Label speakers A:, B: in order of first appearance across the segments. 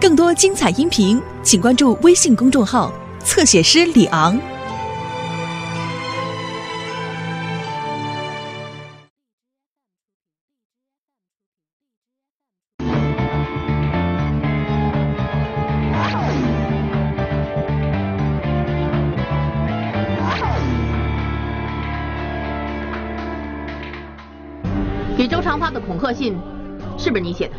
A: 更多精彩音频，请关注微信公众号“侧写师李昂”。
B: 给周长发的恐吓信是不是你写的？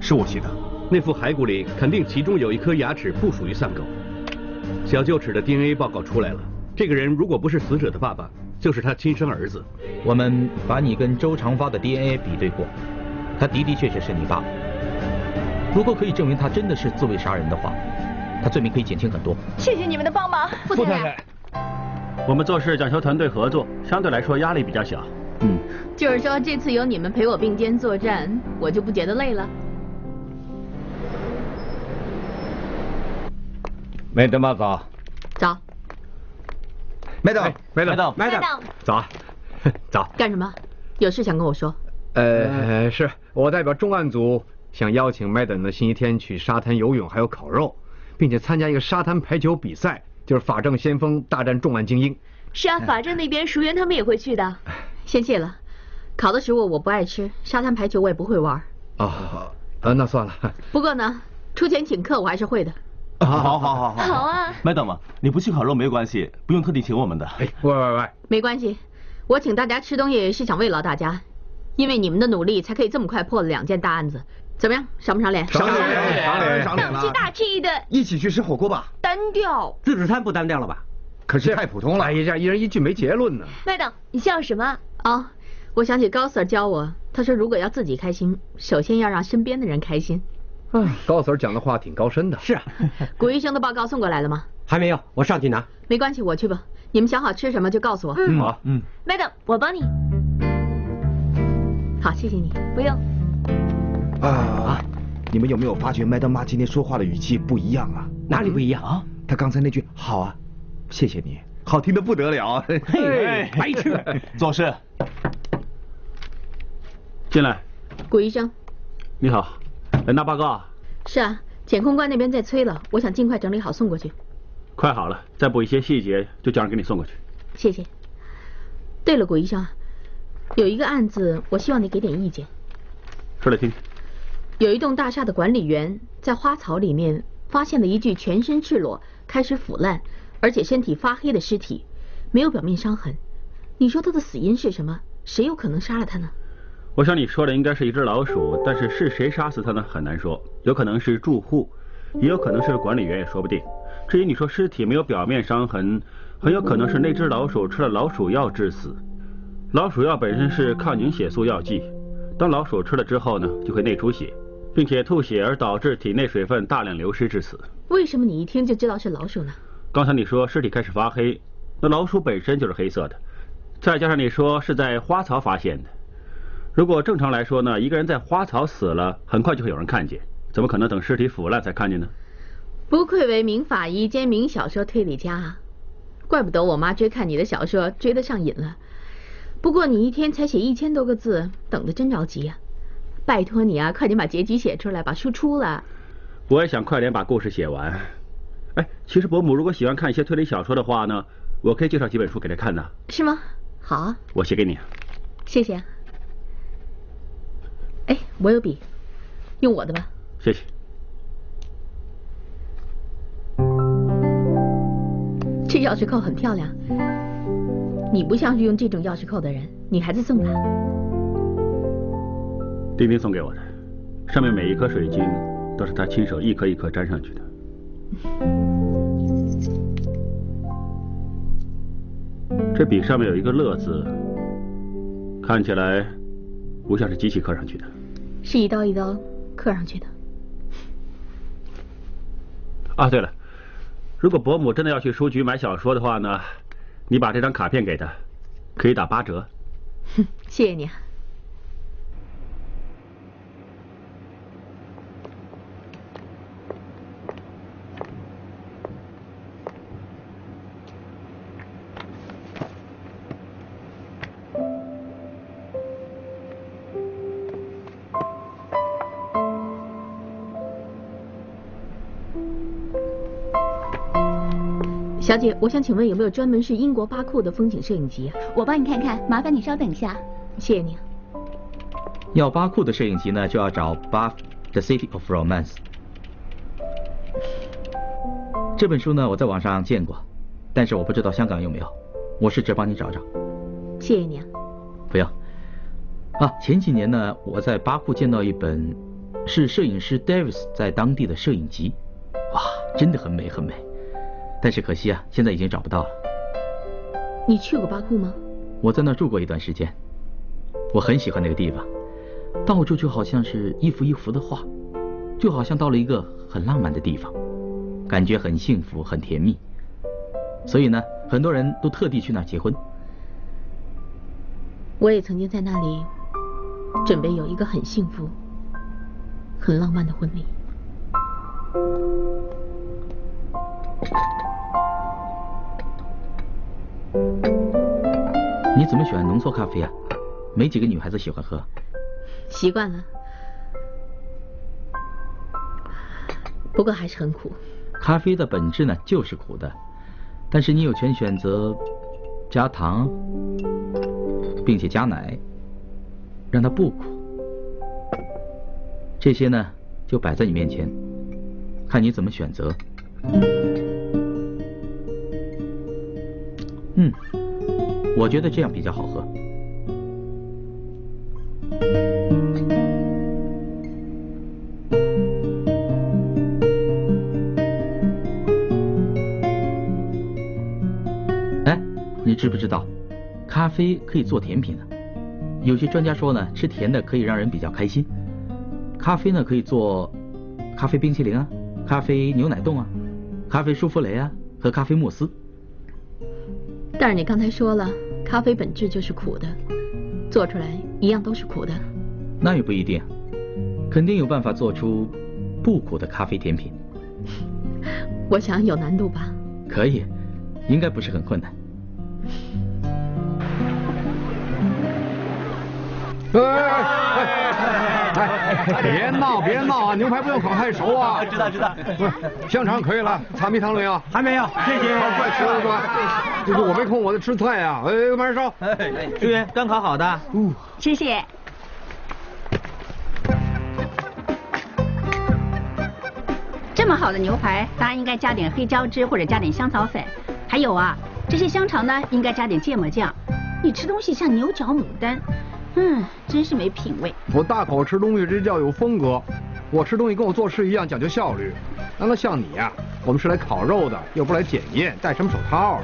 C: 是我写的。那副骸骨里肯定其中有一颗牙齿不属于丧狗。小臼齿的 DNA 报告出来了，这个人如果不是死者的爸爸，就是他亲生儿子。
D: 我们把你跟周长发的 DNA 比对过，他的的确确是你爸。如果可以证明他真的是自卫杀人的话，他罪名可以减轻很多。
E: 谢谢你们的帮忙，
B: 傅太太。
F: 我们做事讲求团队合作，相对来说压力比较小。
D: 嗯，
B: 就是说这次有你们陪我并肩作战，我就不觉得累了。
G: 麦德妈早。
B: 早。
D: 麦德，
G: 麦德，
E: 麦德，
G: 早，早。
B: 干什么？有事想跟我说？
H: 哎
G: 呃，是我代表重案组想邀请麦德呢，星期天去沙滩游泳，还有烤肉，并且参加一个沙滩排球比赛，就是法政先锋大战重案精英。
E: 是啊，法政那边熟员他们也会去的。
B: 先谢了，烤的食物我不爱吃，沙滩排球我也不会玩。
G: 哦，呃，那算了。
B: 不过呢，出钱请客我还是会的。
F: 好好好好好。
E: 好啊。
F: Madam，你不去烤肉没关系，不用特地请我们的。
G: 哎，喂喂喂，
B: 没关系，我请大家吃东西是想慰劳大家，因为你们的努力才可以这么快破了两件大案子。怎么样，赏不赏脸？
G: 赏脸，赏脸，
E: 那我们去大吃一顿，
H: 一起去吃火锅吧。
E: 单调。
H: 自助餐不单调了吧？
G: 可
H: 是太普通了
G: 哎呀，一人一句没结论呢。
E: 麦等，你笑什么？
B: 哦，我想起高 Sir 教我，他说如果要自己开心，首先要让身边的人开心。
G: 啊，高 Sir 讲的话挺高深的。
H: 是 啊，
B: 古医生的报告送过来了吗？
H: 还没有，我上去拿。
B: 没关系，我去吧。你们想好吃什么就告诉我。
E: 嗯
G: 好，
H: 嗯，
E: 麦等，我帮你。
B: 好，谢谢你。
E: 不用。
I: 啊！你们有没有发觉麦当妈今天说话的语气不一样啊？
H: 哪里不一样啊？
I: 她刚才那句“好啊，谢谢你”，好听的不得了。
H: 嘿，白 痴！
F: 总是。进来，
B: 古医生，
F: 你好，来拿报告啊，
B: 是啊，检控官那边在催了，我想尽快整理好送过去。
F: 快好了，再补一些细节，就叫人给你送过去。
B: 谢谢。对了，古医生啊，有一个案子，我希望你给点意见。
F: 说来听听。
B: 有一栋大厦的管理员在花草里面发现了一具全身赤裸、开始腐烂，而且身体发黑的尸体，没有表面伤痕。你说他的死因是什么？谁有可能杀了他呢？
F: 我想你说的应该是一只老鼠，但是是谁杀死它呢？很难说，有可能是住户，也有可能是管理员，也说不定。至于你说尸体没有表面伤痕，很有可能是那只老鼠吃了老鼠药致死。老鼠药本身是抗凝血素药剂，当老鼠吃了之后呢，就会内出血，并且吐血，而导致体内水分大量流失致死。
B: 为什么你一听就知道是老鼠呢？
F: 刚才你说尸体开始发黑，那老鼠本身就是黑色的，再加上你说是在花草发现的，如果正常来说呢，一个人在花草死了，很快就会有人看见，怎么可能等尸体腐烂才看见呢？
B: 不愧为名法医兼名小说推理家啊！怪不得我妈追看你的小说追得上瘾了。不过你一天才写一千多个字，等得真着急呀、拜托你啊，快点把结局写出来，把书出了。
F: 我也想快点把故事写完。哎，其实伯母如果喜欢看一些推理小说的话呢，我可以介绍几本书给她看的，
B: 是吗？好啊，
F: 我写给你。
B: 谢谢啊。哎，我有笔，用我的吧。
F: 谢谢。
B: 这钥匙扣很漂亮，你不像是用这种钥匙扣的人，你还在送他。
F: 丁丁送给我的，上面每一颗水晶都是他亲手一颗一颗粘上去的。这笔上面有一个“乐”字，看起来不像是机器刻上去的。
B: 是一刀一刀刻上去的。
F: 啊，对了，如果伯母真的要去书局买小说的话呢，你把这张卡片给她，可以打八折。
B: 哼， 谢谢你啊。小姐，我想请问有没有专门是英国巴库的风景摄影集啊？
E: 我帮你看看，麻烦你稍等一下。
B: 谢谢你啊。
D: 要巴库的摄影集呢，就要找《Buff The City of Romance》这本书呢，我在网上见过，但是我不知道香港有没有，我试着帮你找找。
B: 谢谢你啊。
D: 不要。啊，前几年呢，我在巴库见到一本是摄影师 Davis 在当地的摄影集，哇，真的很美很美，但是可惜啊，现在已经找不到了。
B: 你去过巴库吗？
D: 我在那儿住过一段时间，我很喜欢那个地方，到处就好像是一幅一幅的画，就好像到了一个很浪漫的地方，感觉很幸福很甜蜜，所以呢，很多人都特地去那儿结婚。
B: 我也曾经在那里准备有一个很幸福、很浪漫的婚礼。
D: 你怎么喜欢浓缩咖啡啊？没几个女孩子喜欢喝。
B: 习惯了，不过还是很苦。
D: 咖啡的本质呢就是苦的，但是你有权选择加糖，并且加奶，让它不苦。这些呢就摆在你面前，看你怎么选择。嗯，我觉得这样比较好喝。哎，你知不知道，咖啡可以做甜品呢、有些专家说呢，吃甜的可以让人比较开心。咖啡呢，可以做咖啡冰淇淋啊，咖啡牛奶冻啊，咖啡舒芙蕾啊，和咖啡慕斯。
B: 但是你刚才说了，咖啡本质就是苦的，做出来一样都是苦的。
D: 那也不一定，啊肯定有办法做出不苦的咖啡甜品。
B: 我想有难度吧。
D: 可以，应该不是很困难。
J: 哎哎哎哎！别闹别闹啊！牛排不用烤太熟啊。知道知道。不是，香肠可以了，擦蜜糖了没有？
K: 还没有，谢谢。
J: 啊快吃了吧！这个我没空，我在吃菜啊。哎，马上烧。
K: 志远，刚烤好的。
E: 谢谢。这么好的牛排，当然应该加点黑椒汁或者加点香草粉。还有啊，这些香肠呢，应该加点芥末酱。你吃东西像牛角牡丹，嗯，真是没品味。
J: 我大口吃东西，这叫有风格。我吃东西跟我做事一样讲究效率。难道像你呀、我们是来烤肉的，又不来检验，戴什么手套啊？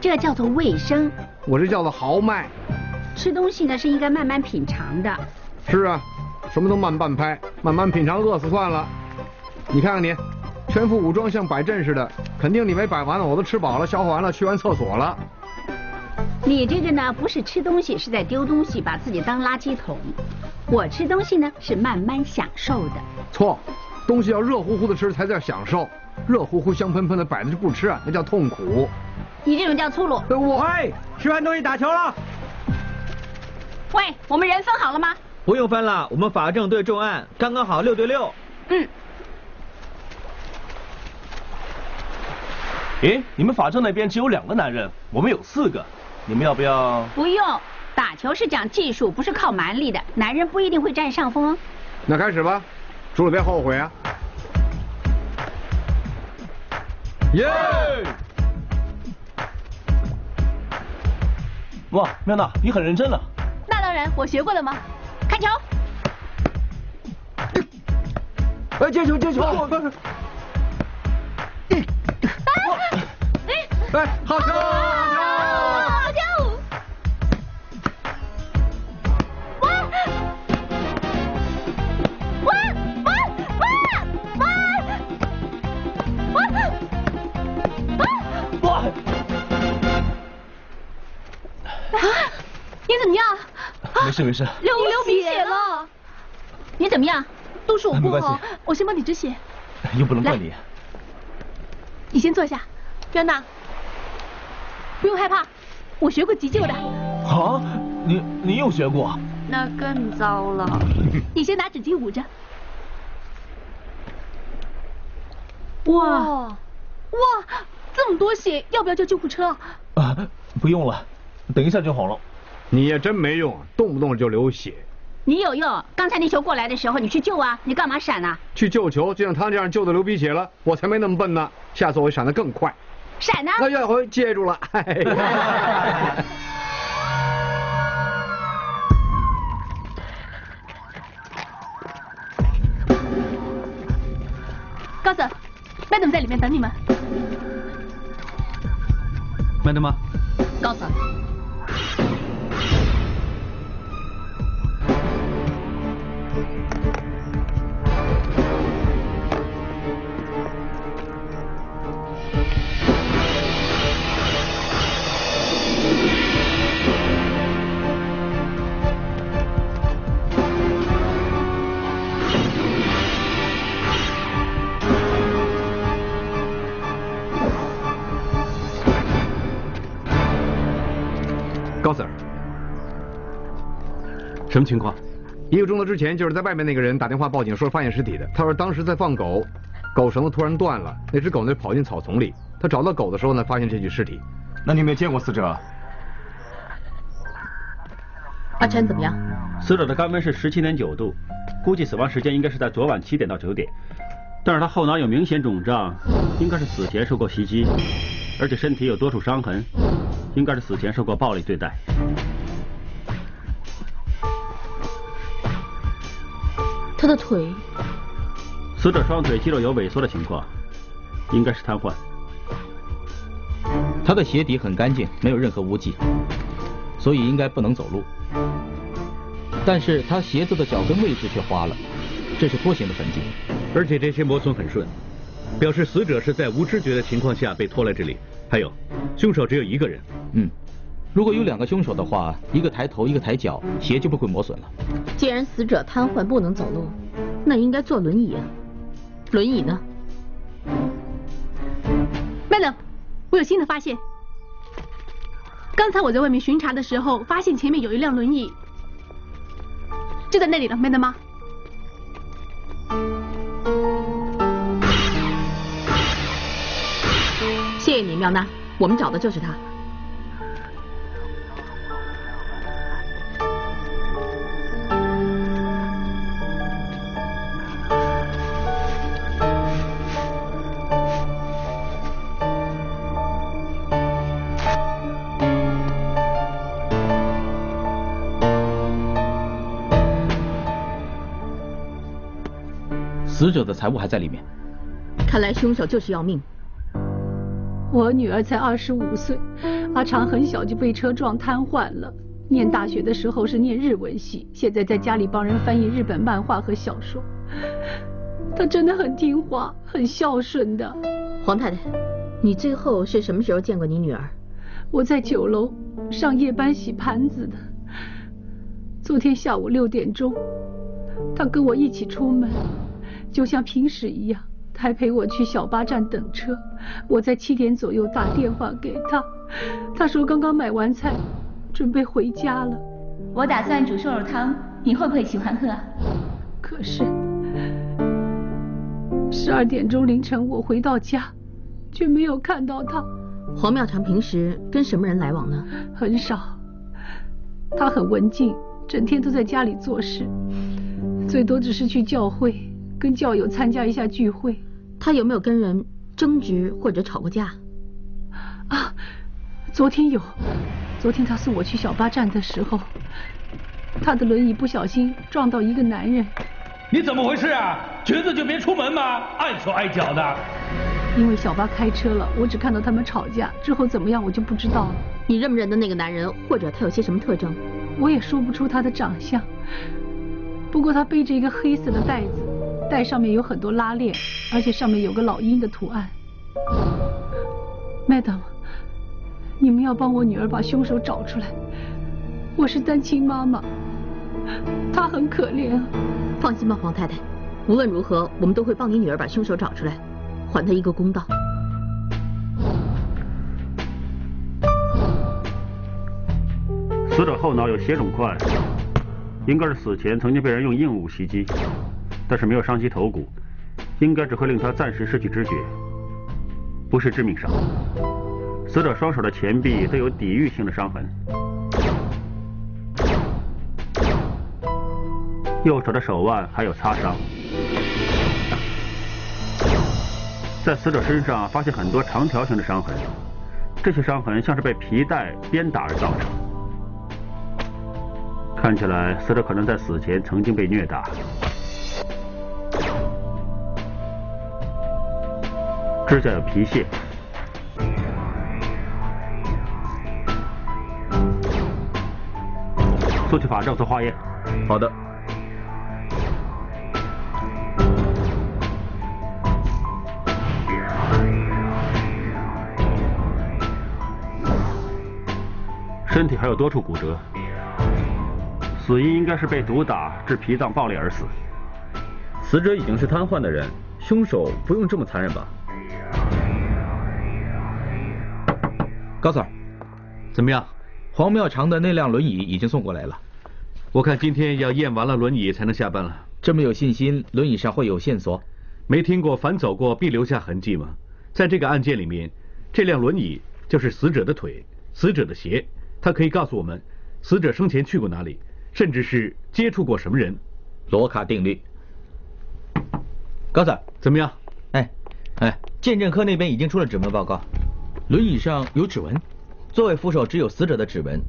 E: 这叫做卫生。
J: 我这叫做豪迈。
E: 吃东西呢是应该慢慢品尝的。
J: 是啊，什么都慢半拍，慢慢品尝，饿死算了。你看看你，全副武装像摆阵似的，肯定你没摆完呢，我都吃饱了，消化完了，去完厕所了。
E: 你这个呢，不是吃东西，是在丢东西，把自己当垃圾桶。我吃东西呢，是慢慢享受的。
J: 错，东西要热乎乎的吃才叫享受，热乎乎、香喷喷的摆着就不吃啊，那叫痛苦。
E: 你这种叫粗鲁。
J: 哎我
K: 喂，吃完东西打球了。
E: 喂，我们人分好了吗？
L: 不用分了，我们法政队重案刚刚好六对六。
E: 嗯，
M: 诶，你们法政那边只有两个男人，我们有四个，你们要不要？
E: 不用。打球是讲技术，不是靠蛮力的。男人不一定会占上风哦。
J: 那开始吧，输了别后悔啊。
M: 耶！哇，妙娜，你很认真啊了。
E: 那当然，我学过了吗？看球。
B: 啊
J: 哎，接球接球！哎，好球！好
E: 好球！哇！哇哇哇哇！哇！哇！
M: 哇！
E: 你怎么样？
M: 没事没事，
E: 流流鼻血了。你怎么样？都是我不
M: 啊没关
E: 好
M: 系，
E: 我先帮你止血。
M: 又不能怪你。
E: 你先坐下，娟娜，不用害怕，我学过急救的。
M: 啊，你你有学过？
E: 那更糟了。 你先拿纸巾捂着。哇哇这么多血，要不要叫救护车啊？
M: 啊，不用了，等一下就好了。
G: 你也 真没用，啊动不动就流血。
E: 你有用，刚才那球过来的时候你去救啊，你干嘛闪啊？
G: 去救球就像他这样救的流鼻血了，我才没那么笨呢。下次我会闪得更快。
E: 闪呢、
G: 那这回接住了。 哎呀
E: 高总，麦总在里面等你们。
C: 麦德吗？
E: 高总，
G: 高 Sir，
C: 什么情况？
G: 一个钟头之前就是在外面那个人打电话报警说发现尸体的，他说当时在放狗，狗绳子突然断了，那只狗呢跑进草丛里，他找到狗的时候呢发现这具尸体。
I: 那你有没有见过死者？
B: 阿琛怎么样？
F: 死者的肛温是十七点九度，估计死亡时间应该是在昨晚七点到九点，但是他后脑有明显肿胀，应该是死前受过袭击，而且身体有多处伤痕，应该是死前受过暴力对待。
B: 他的腿
F: 死者双腿肌肉有萎缩的情况，应该是瘫痪。
D: 他的鞋底很干净，没有任何污迹，所以应该不能走路。但是他鞋子的脚跟位置却花了，这是拖行的痕迹。
C: 而且这些磨损很顺，表示死者是在无知觉的情况下被拖来这里。还有，凶手只有一个人。
D: 嗯，如果有两个凶手的话，一个抬头，一个抬脚，鞋就不会磨损了。
B: 既然死者瘫痪不能走路，那应该坐轮椅啊。轮椅呢？
E: 麦总，我有新的发现。刚才我在外面巡查的时候，发现前面有一辆轮椅，就在那里了，麦德吗？
B: 谢谢你，妙娜，我们找的就是他。
D: 死者的财物还在里面。
B: 看来凶手就是要命。
N: 我女儿才二十五岁，阿长很小就被车撞瘫痪了。念大学的时候是念日文系，现在在家里帮人翻译日本漫画和小说。她真的很听话，很孝顺的。
B: 黄太太，你最后是什么时候见过你女儿？
N: 我在酒楼上夜班洗盘子的，昨天下午六点钟，她跟我一起出门，就像平时一样。还陪我去小巴站等车，我在七点左右打电话给他，他说刚刚买完菜，准备回家了。
E: 我打算煮瘦肉汤，你会不会喜欢喝？啊
N: 可是十二点钟凌晨我回到家，却没有看到他。
B: 黄妙长平时跟什么人来往呢？
N: 很少，他很文静，整天都在家里做事，最多只是去教会跟教友参加一下聚会。
B: 他有没有跟人争执或者吵过架？
N: 啊，昨天有，昨天他送我去小巴站的时候，他的轮椅不小心撞到一个男人，
O: 你怎么回事啊？瘸子就别出门吗？碍手碍脚的。
N: 因为小巴开车了，我只看到他们吵架，之后怎么样我就不知道了。
B: 你认不认得那个男人，或者他有些什么特征？
N: 我也说不出他的长相，不过他背着一个黑色的袋子，袋上面有很多拉链，而且上面有个老鹰的图案。Madam，你们要帮我女儿把凶手找出来。我是单亲妈妈，她很可怜啊。
B: 放心吧，黄太太，无论如何，我们都会帮你女儿把凶手找出来，还她一个公道。
F: 死者后脑有血肿块，应该是死前曾经被人用硬物袭击，但是没有伤及头骨，应该只会令他暂时失去知觉。不是致命伤。死者双手的前臂都有抵御性的伤痕，右手的手腕还有擦伤。在死者身上发现很多长条形的伤痕，这些伤痕像是被皮带鞭打而造成。看起来死者可能在死前曾经被虐打。指甲有皮屑，速去法证做化验。
D: 好的。
F: 身体还有多处骨折，死因应该是被毒打致脾脏爆裂而死。
P: 死者已经是瘫痪的人，凶手不用这么残忍吧？
D: 高 Sir，
C: 怎么样？
D: 黄庙长的那辆轮椅已经送过来了。
C: 我看今天要验完了轮椅才能下班了。
D: 这么有信心，轮椅上会有线索？
C: 没听过凡走过必留下痕迹吗？在这个案件里面，这辆轮椅就是死者的腿、死者的鞋，它可以告诉我们死者生前去过哪里，甚至是接触过什么人。
D: 罗卡定律。高 Sir，
C: 怎么样？
D: 哎，哎，鉴证科那边已经出了指纹报告。轮椅上有指纹，座位扶手只有死者的指纹，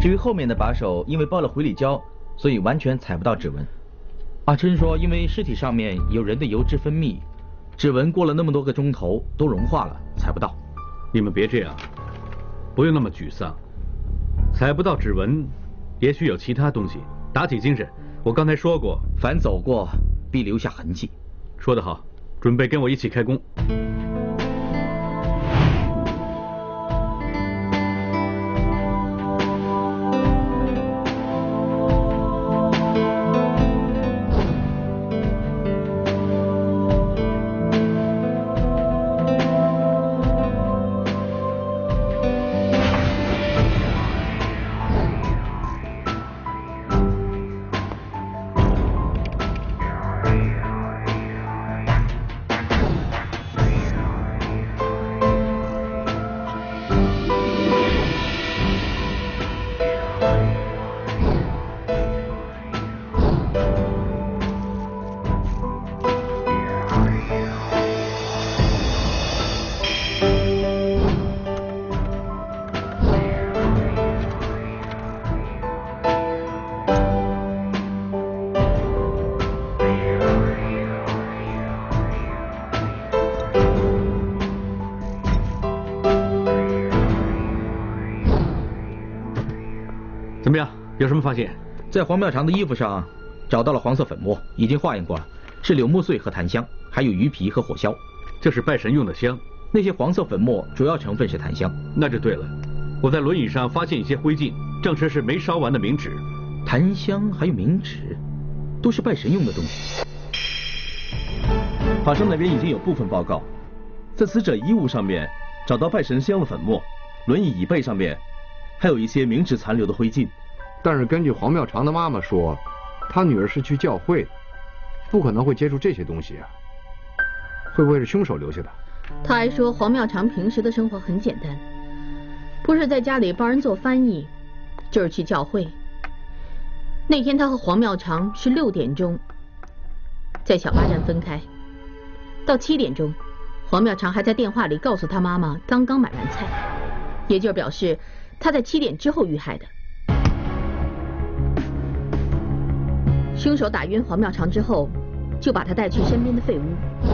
D: 至于后面的把手，因为包了回力胶，所以完全踩不到指纹。阿琛说，因为尸体上面有人的油脂分泌，指纹过了那么多个钟头都融化了，踩不到。
C: 你们别这样，不用那么沮丧，踩不到指纹，也许有其他东西。打起精神，我刚才说过，
D: 凡走过必留下痕迹。
C: 说得好，准备跟我一起开工。有什么发现？
D: 在黄妙长的衣服上找到了黄色粉末，已经化验过了，是柳木碎和檀香，还有鱼皮和火硝。
C: 这是拜神用的香。
D: 那些黄色粉末主要成分是檀香，
C: 那就对了。我在轮椅上发现一些灰烬，证实是没烧完的冥纸。
D: 檀香还有冥纸，都是拜神用的东西。
P: 法证那边已经有部分报告，在死者衣物上面找到拜神香的粉末，轮椅椅背上面还有一些冥纸残留的灰烬。
J: 但是根据黄妙长的妈妈说，她女儿是去教会的，不可能会接触这些东西啊。会不会是凶手留下的？
B: 他还说黄妙长平时的生活很简单，不是在家里帮人做翻译，就是去教会。那天他和黄妙长是六点钟在小巴站分开，到七点钟，黄妙长还在电话里告诉他妈妈刚刚买完菜，也就是表示他在七点之后遇害的。凶手打晕黄妙长之后，就把他带去身边的废屋。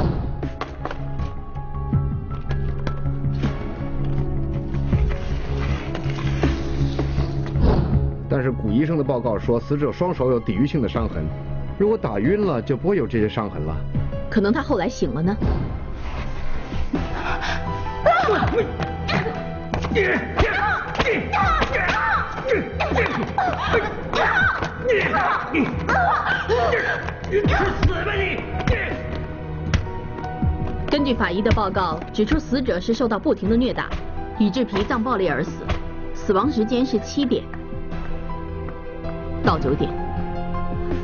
J: 但是古医生的报告说，死者双手有抵御性的伤痕，如果打晕了就不会有这些伤痕了。
B: 可能他后来醒了呢。
M: 你你去死吧你！
B: 根据法医的报告指出，死者是受到不停的虐打，以致脾脏爆裂而死，死亡时间是七点到九点。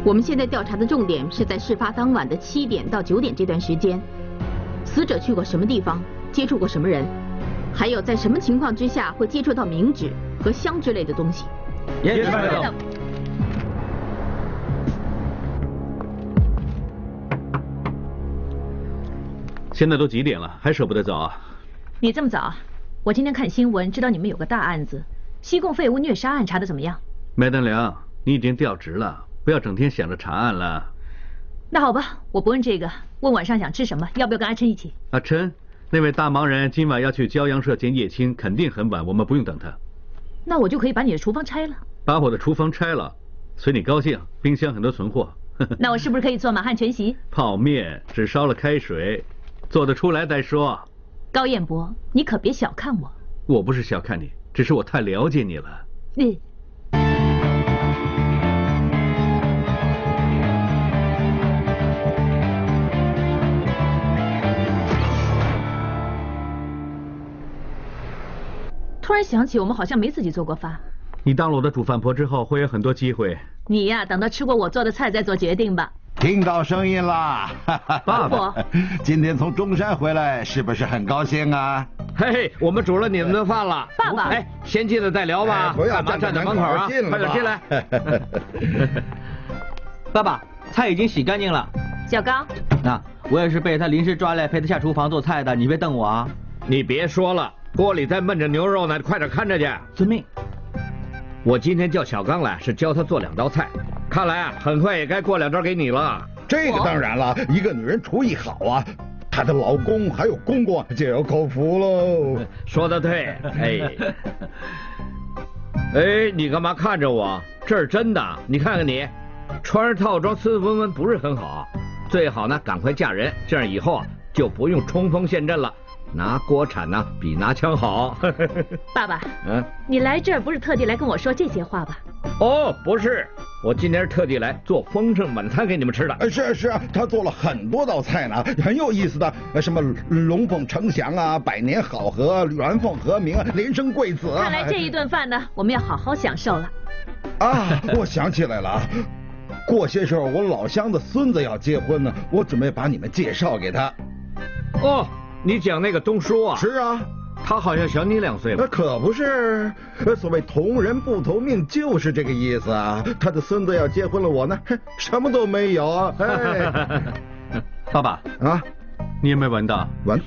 B: 我们现在调查的重点是在事发当晚的七点到九点这段时间，死者去过什么地方，接触过什么人，还有在什么情况之下会接触到冥纸和香之类的东西。
Q: 爷爷快乐。
C: 现在都几点了，还舍不得走啊？
R: 你这么早啊？我今天看新闻知道你们有个大案子，西贡废物虐杀案查的怎么样？
C: 麦登良，你已经调职了，不要整天想着查案了。
R: 那好吧，我不问这个，问晚上想吃什么，要不要跟阿琛一起？
C: 阿琛，那位大忙人今晚要去骄阳社见叶青，肯定很晚，我们不用等他。
R: 那我就可以把你的厨房拆了。
C: 把我的厨房拆了，随你高兴，冰箱很多存货。
R: 那我是不是可以做满汉全席？
C: 泡面只烧了开水，做得出来再说。
R: 高彦博，你可别小看我。
C: 我不是小看你，只是我太了解你了。
R: 嗯。突然想起，我们好像没自己做过饭。
C: 你当了我的煮饭婆之后，会有很多机会。
R: 你呀、等到吃过我做的菜再做决定吧。
S: 听到声音啦，
R: 爸爸，
S: 今天从中山回来是不是很高兴啊？
G: 嘿嘿，我们煮了你们的饭了。
R: 爸爸，
G: 哎，先进来再聊吧。
S: 哎不要
G: 干嘛
S: 站
G: 站
S: 在
G: 在
S: 门
G: 门
S: 口
G: 口
S: 啊
G: 啊，快点进来。
M: 爸爸，菜已经洗干净了。
R: 小刚，
M: 那、我也是被他临时抓来陪他下厨房做菜的，你别瞪我啊！
G: 你别说了，锅里在焖着牛肉呢，快点看着去。
M: 遵命。
G: 我今天叫小刚来是教他做两道菜，看来啊，很快也该过两招给你了。
S: 这个当然了，一个女人厨艺好啊，她的老公还有公公就有口福喽。
G: 说的对，哎，哎，你干嘛看着我？这是真的，你看看你，穿着套装斯斯文文不是很好，最好呢赶快嫁人，这样以后啊就不用冲锋陷阵了。拿锅铲呢比拿枪好。
R: 爸爸，
G: 嗯，
R: 你来这儿不是特地来跟我说这些话吧？
G: 哦，不是，我今天是特地来做丰盛晚餐给你们吃的。
S: 呃，是啊是啊，她做了很多道菜呢，很有意思的，呃什么龙凤呈祥啊，百年好合，鸾凤和鸣，连生贵子啊。
R: 看来这一顿饭呢，我们要好好享受了。
S: 啊， 我想起来了啊，过些时候我老乡的孙子要结婚呢，我准备把你们介绍给他。
G: 哦，你讲那个东叔啊？
S: 是啊，
G: 他好像小你两岁吧？
S: 那可不是，呃所谓同人不同命就是这个意思啊。他的孙子要结婚了，我呢哼什么都没有。哎，
C: 爸爸
S: 啊，
C: 你有没有闻到？
S: 闻，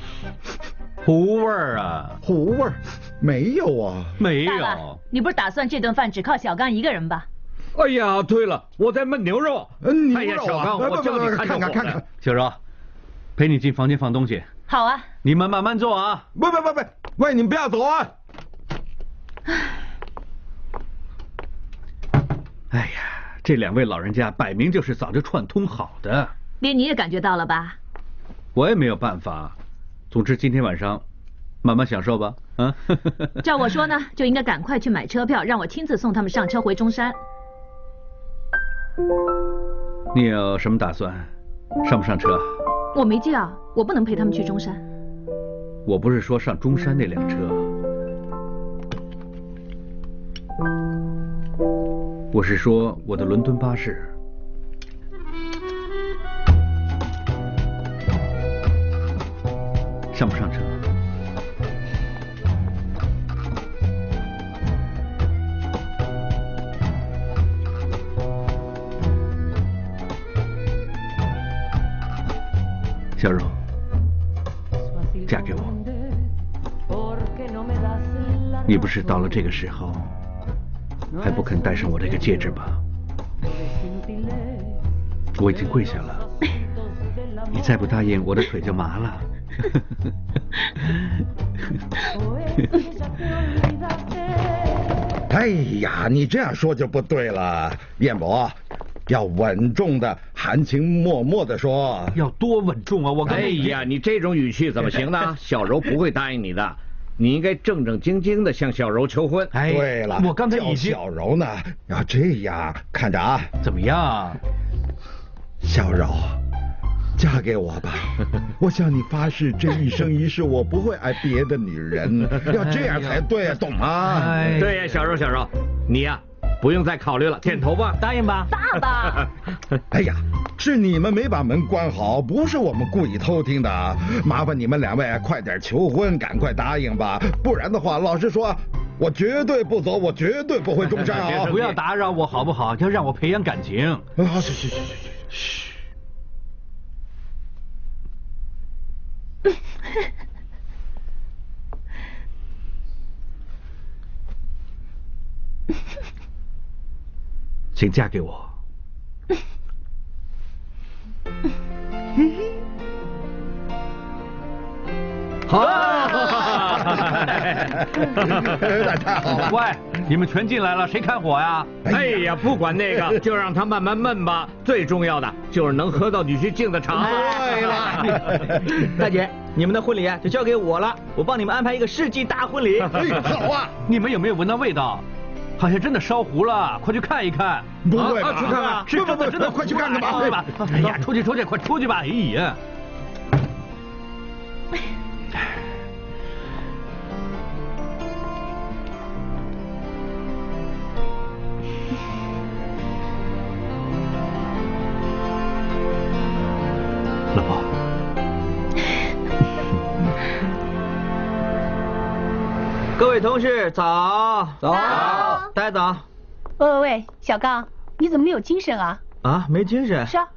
C: 糊味儿啊，
S: 糊味儿，没有啊，
C: 没
R: 爸爸
C: 有。，
R: 你不是打算这顿饭只靠小刚一个人吧？
G: 哎呀，对了，我在焖牛肉。
S: 嗯，
G: 哎呀，
S: 牛肉
G: 小
S: 啊
G: 刚，
S: 哎
G: 我
S: 不
G: 叫
S: 不
G: 你
S: 不看
G: 看着
S: 看
G: 我
S: 看
G: 呢
S: 看，
C: 小柔，陪你进房间放东西，
R: 好啊，
C: 你们慢慢做啊。
S: 不不不不，喂，你们不要走啊！
C: 哎呀，这两位老人家摆明就是早就串通好的，
R: 连你也感觉到了吧？
C: 我也没有办法。总之今天晚上慢慢享受吧，啊。
R: 照我说呢，就应该赶快去买车票，让我亲自送他们上车回中山。
C: 你有什么打算？上不上车？
R: 我没叫，我不能陪他们去中山。
C: 我不是说上中山那辆车。我是说我的伦敦巴士。上不上车？小柔，嫁给我。你不是到了这个时候还不肯戴上我这个戒指吧？我已经跪下了，你再不答应，我的腿就麻了。
S: 哎呀，你这样说就不对了，彦博，要稳重的、含情脉脉的说。
C: 要多稳重啊！我
G: 哎呀，你这种语气怎么行 呢？小柔不会答应你的，你应该正正经经的向小柔求婚。
C: 哎
S: 对了，
C: 我刚才已经
S: 叫小柔呢，要这样看着啊，
C: 怎么样？
S: 小柔，嫁给我 吧，我向你发誓，这一生一世我不会爱别
C: 哎
S: 的女人，要这样才对，懂吗？
G: 对呀，小柔小柔，你呀、不用再考虑
C: 嗯
G: 了，点头吧，
M: 答应吧。
E: 爸 爸，
S: 哎呀，是你们没把门关好，不是我们故意偷听的。麻烦你们两位快点求婚，赶快答应吧，不然的话，老实说，我绝对不走，我绝对不会中山 啊！
C: 不要打扰我好不好？要让我培养感情。
S: 啊，去去去去去。
C: 请嫁给 我。
G: 好，
S: 太好了！
C: 喂，你们全进来了，谁看火呀？
G: 哎呀，不管 那个，就让他慢慢闷吧。最重要的就是能喝到女婿敬的茶。
S: 对 了，
M: 大姐，你们的婚礼啊就交给我了，我帮你们安排一个世纪大婚礼。
S: 哎，好啊！
C: 你们有没有闻到味道？好像真的烧糊了，快去看一看。
S: 不会吧？
C: 啊去看看，是
S: 不
C: 真
S: 不
C: 的
S: 不，
C: 真的，
S: 快去看 看吧！
C: 快吧！哎呀，出去出去，快出去吧！哎呀，老婆，
M: 各位同事，早早，大家早
E: 喂喂喂，小刚，你怎么没有精神啊？
M: 啊，没精神。
E: 是啊，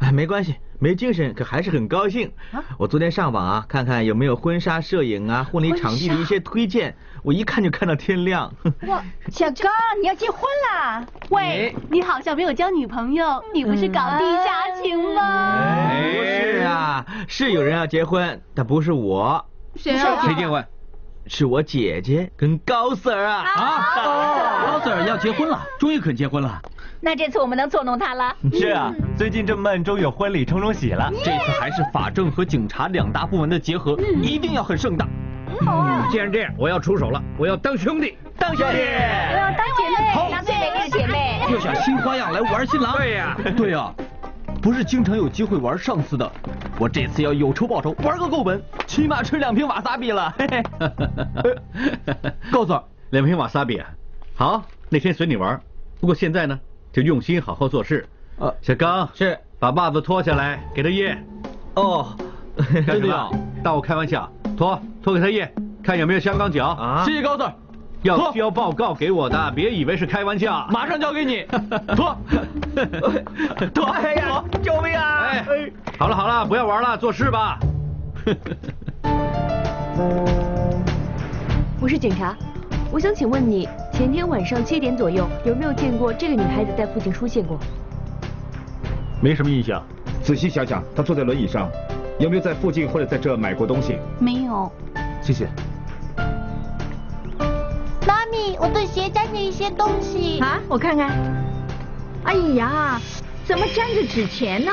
M: 哎，没关系，没精神，可还是很高兴。我昨天上网啊，看看有没有婚纱摄影啊、婚礼场地的一些推荐，我一看就看到天亮。
E: 哇，小刚，你要结婚啦？喂，你好像没有交女朋友，你不是搞地下
T: 嗯
E: 情吗？
M: 不是啊，是有人要结婚，但不是我，
B: 谁啊？
C: 谁结婚？
M: 是我姐姐跟高 Sir 啊。
D: 啊，高 Sir 要结婚了，终于肯结婚了。
E: 那这次我们能捉弄他了。
M: 是啊，最近这曼州有婚礼冲冲喜了，
D: 这次还是法政和警察两大部门的结合，一定要很盛大。
T: 嗯
G: 既然这样，我要出手了，我要当兄弟。
M: 当兄弟。
E: 我要哎当姐妹，当最美丽的姐
B: 哎
E: 妹。
D: 要想新花样来玩新郎。
G: 对呀
D: 对呀，不是经常有机会玩上次的，我这次要有仇报仇，玩个够本，起码吃两瓶瓦萨比了。嘿嘿，
C: 告诉两瓶瓦萨比啊，好，那天随你玩。不过现在呢，就用心好好做事。
D: 啊
C: 小刚
M: 是
C: 把袜子脱下来给他掖，
M: 哦，
C: 干
M: 真
C: 什么
M: 的要？
C: 当我开玩笑，脱脱给他掖，看有没有香港脚
M: 啊
D: 谢谢高 Sir，
C: 要
D: 脱
C: 需要报告给我的，别以为是开玩笑。
D: 马上交给你，脱，脱，哎
M: 哦
D: 呀，救命啊！
C: 哎，好了好了，不要玩了，做事吧。
R: 我是警察，我想请问你，前天晚上七点左右有没有见过这个女孩子在附近出现过？
F: 没什么印象。
I: 仔细想想，他坐在轮椅上，有没有在附近或者在这买过东西？
E: 没有。
I: 谢谢。
T: 妈咪，我的鞋沾着一些东西。
B: 啊，我看看。哎呀，怎么沾着纸钱呢？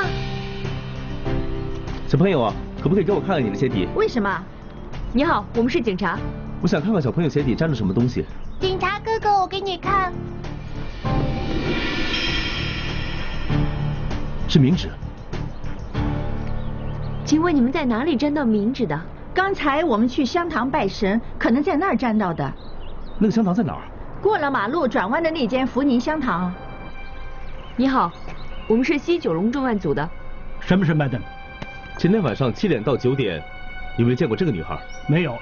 Q: 小朋友啊，可不可以给我看看你的鞋底？
B: 为什么？
R: 你好，我们是警察。
Q: 我想看看小朋友鞋底沾了什么东西。
T: 警察哥哥，我给你看，
Q: 是冥纸。
R: 请问你们在哪里沾到冥纸的？
E: 刚才我们去香堂拜神，可能在那儿沾到的。
Q: 那个香囊在哪儿？
E: 过了马路转弯的那间福宁香堂，
R: 你好，我们是西九龙重案组的。
O: 什么是 madam？
Q: 前天晚上七点到九点，有没有见过这个女孩？
O: 没有，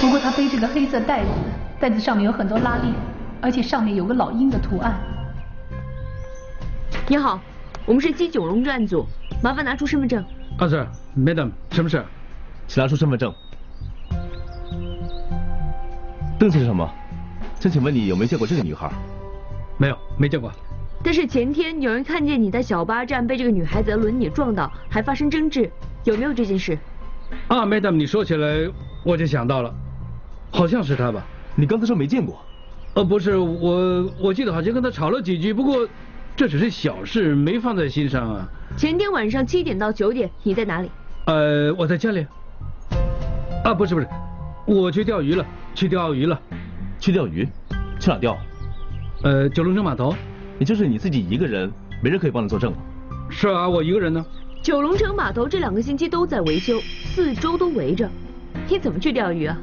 N: 不过他背着个黑色袋子，袋子上面有很多拉链，而且上面有个老鹰的图案。
R: 你好，我们是西九龙重案组，麻烦拿出身份证。
O: 啊 Sir madam 什么事？
Q: 请拿出身份证。邓先生吗？想请问你有没有见过这个女孩？
O: 没有，没见过。
R: 但是前天有人看见你在小巴站被这个女孩子的轮椅撞倒，还发生争执，有没有这件事？
O: 啊，madam，你说起来我就想到了，好像是他吧？
Q: 你刚才说没见过。
O: 呃，不是，我我记得好像跟他吵了几句，不过这只是小事，没放在心上啊。
R: 前天晚上七点到九点你在哪里？
O: 呃，我在家里。啊，不是不是，我去钓鱼了，去钓鱼了。
Q: 去钓鱼？去哪钓？
O: 呃，九龙城码头。
Q: 也就是你自己一个人，没人可以帮你作证了。
O: 是啊，我一个人呢。
R: 九龙城码头这两个星期都在维修，四周都围着，你怎么去钓鱼啊？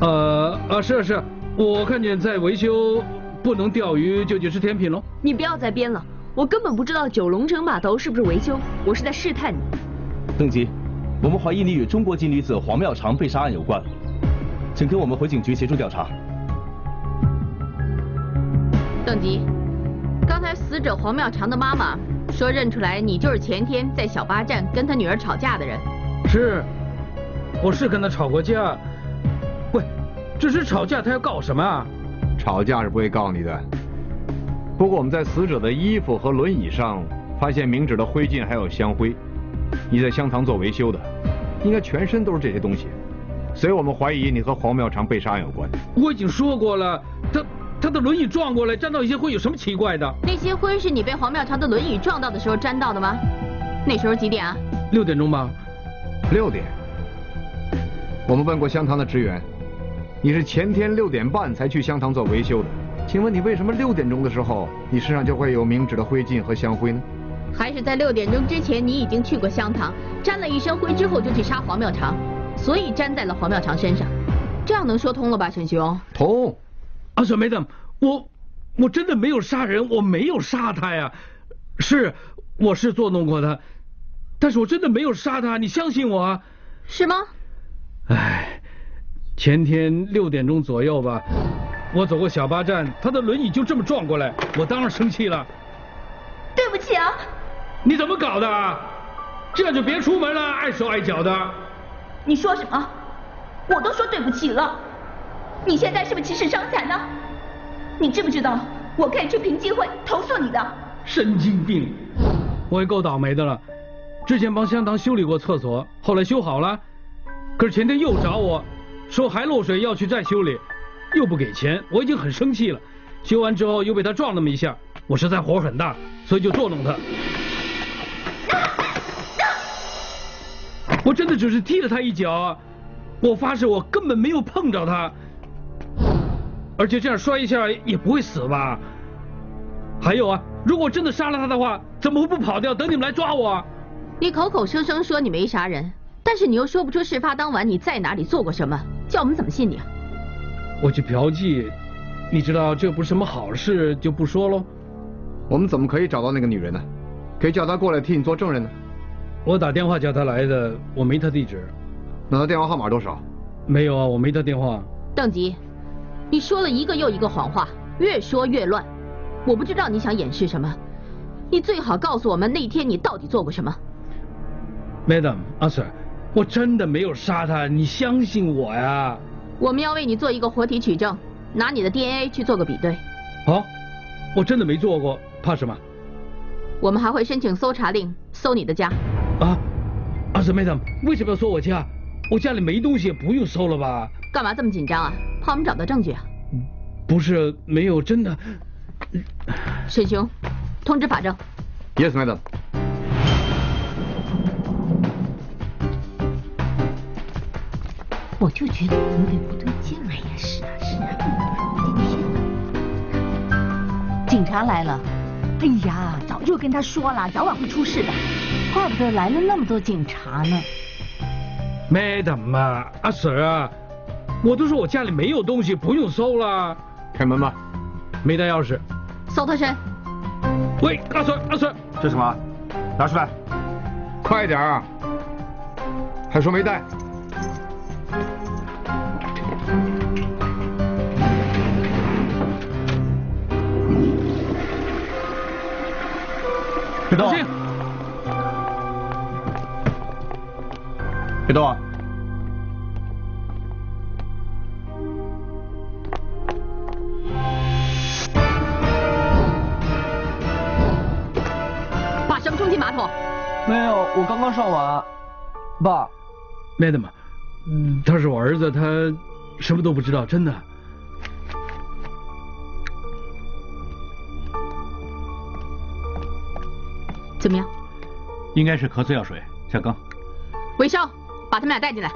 O: 呃啊，是啊是啊，我看见在维修，不能钓鱼就去吃天品喽。
R: 你不要再编了，我根本不知道九龙城码头是不是维修，我是在试探你。
Q: 邓吉，我们怀疑你与中国籍女子黄妙长被杀案有关，请跟我们回警局协助调查。
B: 邓吉，刚才死者黄妙长的妈妈说认出来你就是前天在小巴站跟他女儿吵架的人。
O: 是，我是跟他吵过架。喂，这是吵架，他要告什么啊？
J: 吵架是不会告你的。不过我们在死者的衣服和轮椅上发现明纸的灰烬还有香灰。你在香堂做维修的，应该全身都是这些东西，所以我们怀疑你和黄妙长被杀案有关。
O: 我已经说过了，他他的轮椅撞过来，沾到一些灰，有什么奇怪的？
B: 那些灰是你被黄妙长的轮椅撞到的时候沾到的吗？那时候几点啊？
O: 六点钟吧。
J: 六点。我们问过香堂的职员，你是前天六点半才去香堂做维修的，请问你为什么六点钟的时候你身上就会有明纸的灰烬和香灰呢？
B: 还是在六点钟之前，你已经去过香堂，沾了一身灰之后就去杀黄妙长，所以沾在了黄妙长身上，这样能说通了吧，沈兄？
J: 通。
O: 啊，小梅子，我我真的没有杀人，我没有杀他呀，是我是作弄过他，但是我真的没有杀他，你相信我啊？
B: 是吗？
O: 唉，前天六点钟左右吧，我走过小巴站，他的轮椅就这么撞过来，我当然生气了。
U: 对不起啊。
O: 你怎么搞的啊？这样就别出门了，碍手碍脚的。
U: 你说什么？我都说对不起了，你现在是不是歧视伤残呢？你知不知道我可以去评级会投诉你的？
O: 神经病！我也够倒霉的了，之前帮香堂修理过厕所，后来修好了，可是前天又找我说还漏水要去再修理，又不给钱，我已经很生气了。修完之后又被他撞那么一下，我实在火很大，所以就捉弄他。我真的只是踢了他一脚，啊我发誓我根本没有碰着他，而且这样摔一下也不会死吧？还有啊，如果我真的杀了他的话，怎么会不跑掉等你们来抓我啊？
B: 你口口声声说你没杀人，但是你又说不出事发当晚你在哪里做过什么，叫我们怎么信你啊？
O: 我去嫖妓，你知道这不是什么好事，就不说喽。
J: 我们怎么可以找到那个女人呢？可以叫她过来替你做证人呢？
O: 我打电话叫她来的，我没她地址。
J: 那她电话号码多少？
O: 没有啊，我没她电话。
B: 邓吉，你说了一个又一个谎话，越说越乱。我不知道你想掩饰什么，你最好告诉我们那天你到底做过什么。
O: Madam，阿 Sir，我真的没有杀她，你相信我呀。
B: 我们要为你做一个活体取证，拿你的 DNA 去做个比对。
O: 好，我真的没做过，怕什么？
B: 我们还会申请搜查令，搜你的家。
O: 啊，阿 Sir Madam，为什么要搜我家？我家里没东西，不用搜了吧？
B: 干嘛这么紧张啊？怕我们找到证据啊？
O: 不是，没有，真的。
B: 沈兄，通知法证。
J: Yes, madam。
E: 我就觉得有点不对劲。哎呀，是啊是啊。警察来了。哎呀，早就跟他说了，早晚会出事的。怪不得来了那么多警察呢。
O: Madam 啊，阿 Sir 啊，我都说我家里没有东西，不用搜了。
J: 开门吧。
O: 没带钥匙。
B: 搜他身。
O: 喂，阿 Sir，阿 Sir，
F: 这什么？拿出来，
J: 快点儿啊！还说没带。
Q: 别动！啊别动！啊！
B: 把什么冲进马桶？
H: 没有，我刚刚上完。爸
O: ，Madam，嗯，他是我儿子，他什么都不知道，真的。
B: 怎么样？
F: 应该是咳嗽药水，小刚。
B: 韦少，把他们俩带进来。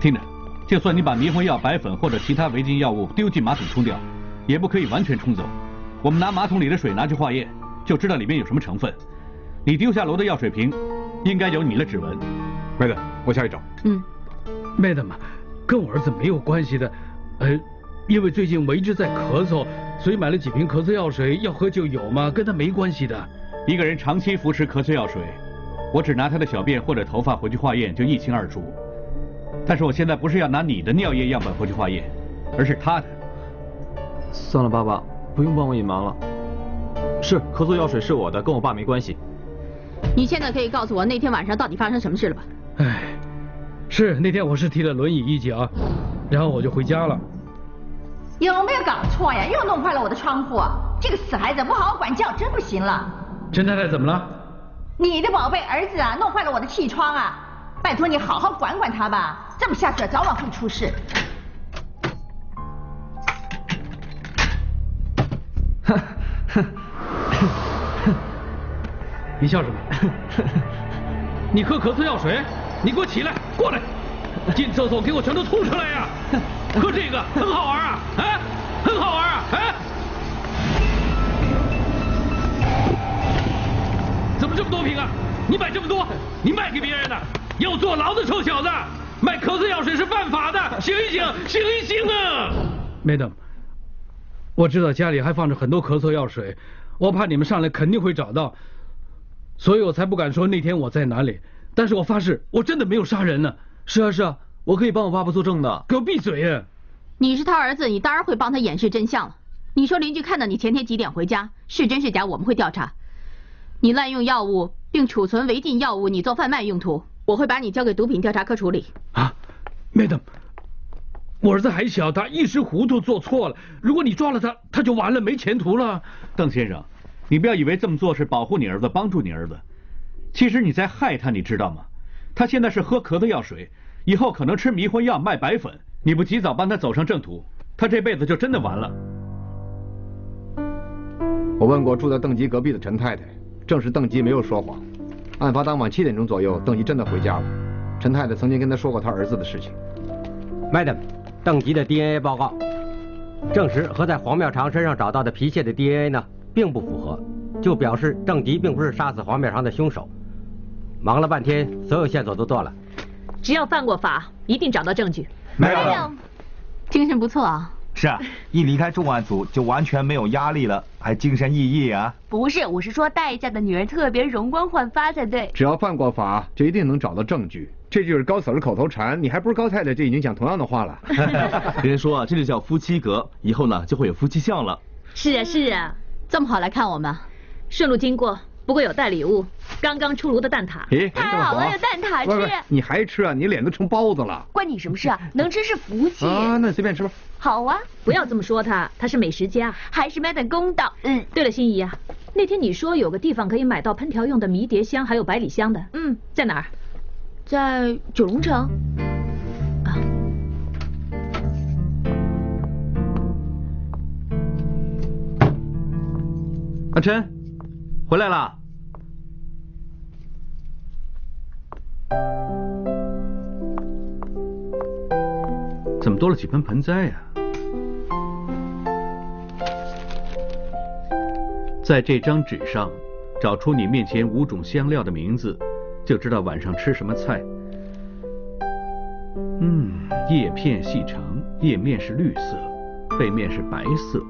F: 听着，就算你把迷魂药、白粉或者其他违禁药物丢进马桶冲掉，也不可以完全冲走。我们拿马桶里的水拿去化验，就知道里面有什么成分。你丢下楼的药水瓶，应该有你的指纹。
J: 妹子，我下去找。
B: 嗯。
O: Madam，跟我儿子没有关系的。呃，因为最近我一直在咳嗽，所以买了几瓶咳嗽药水，要喝就有嘛，跟他没关系的。
C: 一个人长期服食咳嗽药水，我只拿他的小便或者头发回去化验就一清二楚。但是我现在不是要拿你的尿液样本回去化验，而是他的。
M: 算了，爸爸，不用帮我隐瞒了。是咳嗽药水是我的，跟我爸没关系。
B: 你现在可以告诉我那天晚上到底发生什么事了吧？
O: 唉，是那天我是提了轮椅一脚，然后我就回家了。
E: 有没有搞错呀？又弄坏了我的窗户！这个死孩子不好好管教，真不行了。
O: 陈太太怎么了？
E: 你的宝贝儿子啊，弄坏了我的气窗啊！拜托你好好管管他吧，这么下去啊早晚会出事。
O: 你笑什么？你喝咳嗽药水？你给我起来，过来，进厕所给我全都吐出来呀、喝这个很好玩啊，哎，很好玩啊，哎。怎么这么多瓶啊？你买这么多，你卖给别人的，要坐牢的臭小子！卖咳嗽药水是犯法的，醒一醒，醒一醒啊！Madam，我知道家里还放着很多咳嗽药水，我怕你们上来肯定会找到，所以我才不敢说那天我在哪里。但是我发誓，我真的没有杀人呢。是啊是啊，我可以帮我爸爸作证的。给我闭嘴！啊
B: 你是他儿子，你当然会帮他掩饰真相了。你说邻居看到你前天几点回家，是真是假，我们会调查。你滥用药物并储存违禁药物，你做贩卖用途，我会把你交给毒品调查科处理。
O: 啊 Madam，我儿子还小，他一时糊涂做错了。如果你抓了他，他就完了，没前途了。
C: 邓先生，你不要以为这么做是保护你儿子、帮助你儿子，其实你在害他，你知道吗？他现在是喝咳嗽药水，以后可能吃迷魂药、卖白粉，你不及早帮他走上正途，他这辈子就真的完了。
J: 我问过住在邓吉隔壁的陈太太，证实邓吉没有说谎。案发当晚七点钟左右，邓吉真的回家了。陈太太曾经跟他说过他儿子的事情。
V: Madam，邓吉的 DNA 报告证实和在黄妙长身上找到的皮屑的 DNA 呢，并不符合，就表示邓吉并不是杀死黄妙长的凶手。忙了半天，所有线索都断了。
R: 只要犯过法，一定找到证据。
T: Madam，
B: 精神不错啊。
M: 是啊，一离开重案组就完全没有压力了，还精神奕奕啊。
W: 不是，我是说待嫁的女人特别容光焕发才对。
J: 只要犯过法，就一定能找到证据。这就是高嫂的口头禅，你还不是高太太就已经讲同样 的话了。
D: 人家说啊，这就叫夫妻格，以后呢就会有夫妻相了。
R: 是
W: 嗯
R: 啊是啊，
B: 这么好来看我们，
R: 顺路经过，不过有带礼物，刚刚出炉的蛋挞。
J: 咦，
W: 太好了，有蛋挞
J: 喂喂
W: 吃，
J: 你还吃啊？你脸都成包子了。
W: 关你什么事 啊？能吃是福气。
J: 啊，那你随便吃吧。
W: 好啊，
R: 不要这么说他，他是美食家。
W: 还是 Madam 公道。嗯
R: 对了，心怡啊，那天你说有个地方可以买到烹调用的迷迭香，还有百里香的，
W: 嗯，
R: 在哪儿？
W: 在九龙城。
M: 阿琛，回来啦。
C: 怎么多了几盆盆栽呀、在这张纸上找出你面前五种香料的名字，就知道晚上吃什么菜。嗯，叶片细长，叶面是绿色，背面是白色，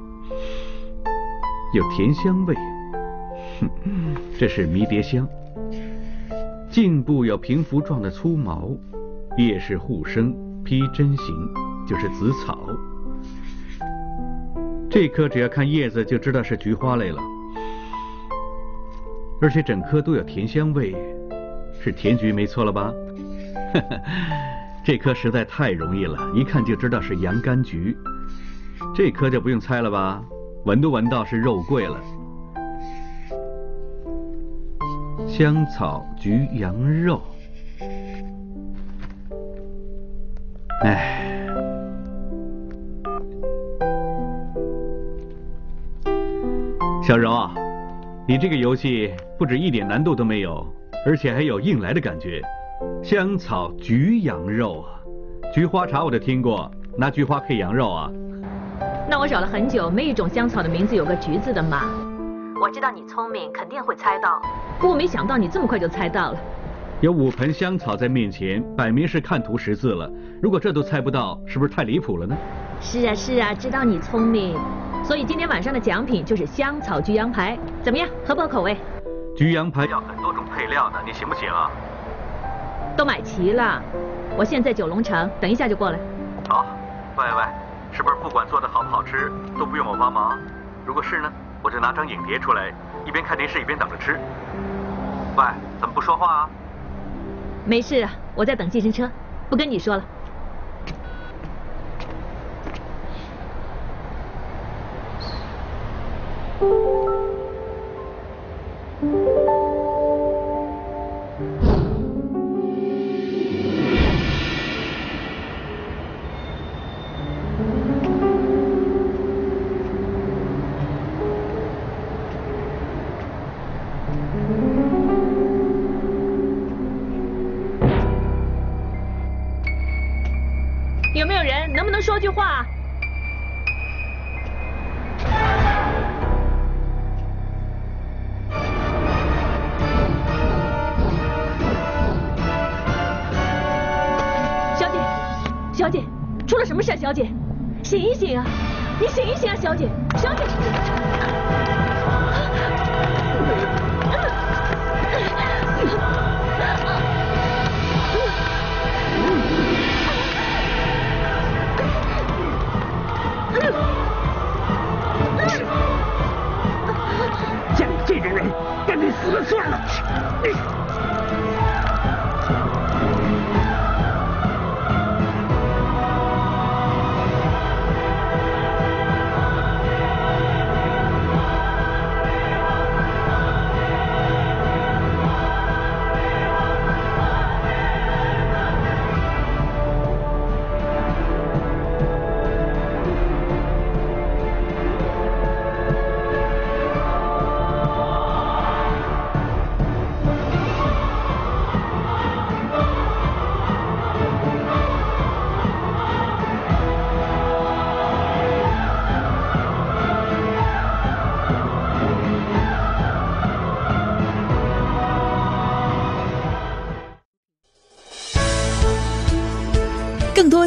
C: 有甜香味。哼，这是迷迭香。茎部有平幅状的粗毛，叶是互生，披针形，就是紫草。这棵只要看叶子就知道是菊花类了，而且整棵都有甜香味，是甜菊没错了吧？ 这棵实在太容易了，一看就知道是洋甘菊。这棵就不用猜了吧，闻都闻到是肉桂了。香草菊羊肉，哎，小柔啊，你这个游戏不止一点难度都没有，而且还有硬来的感觉。香草菊羊肉啊，菊花茶我都听过，拿菊花配羊肉啊。
R: 那我找了很久，没一种香草的名字有个橘字的嘛。我知道你聪明，肯定会猜到。不过没想到你这么快就猜到了。
C: 有五盆香草在面前，摆明是看图识字了。如果这都猜不到，是不是太离谱了呢？
R: 是啊是啊，知道你聪明，所以今天晚上的奖品就是香草焗羊排，怎么样，合不合口味？
C: 焗羊排要很多种配料呢，你行不行啊？
R: 都买齐了，我现在九龙城，等一下就过来。
C: 哦，喂喂，是不是不管做的好不好吃都不用我帮忙？如果是呢，我就拿张影碟出来，一边看电视一边等着吃。喂，怎么不说话啊？
R: 没事，啊我在等计程车，不跟你说了。有没有人？能不能说句话？小姐，小姐，出了什么事啊？小姐，醒一醒啊！你醒一醒啊，小姐，小姐。
M: 像你这种人，赶紧死了算了。你。
N: 更多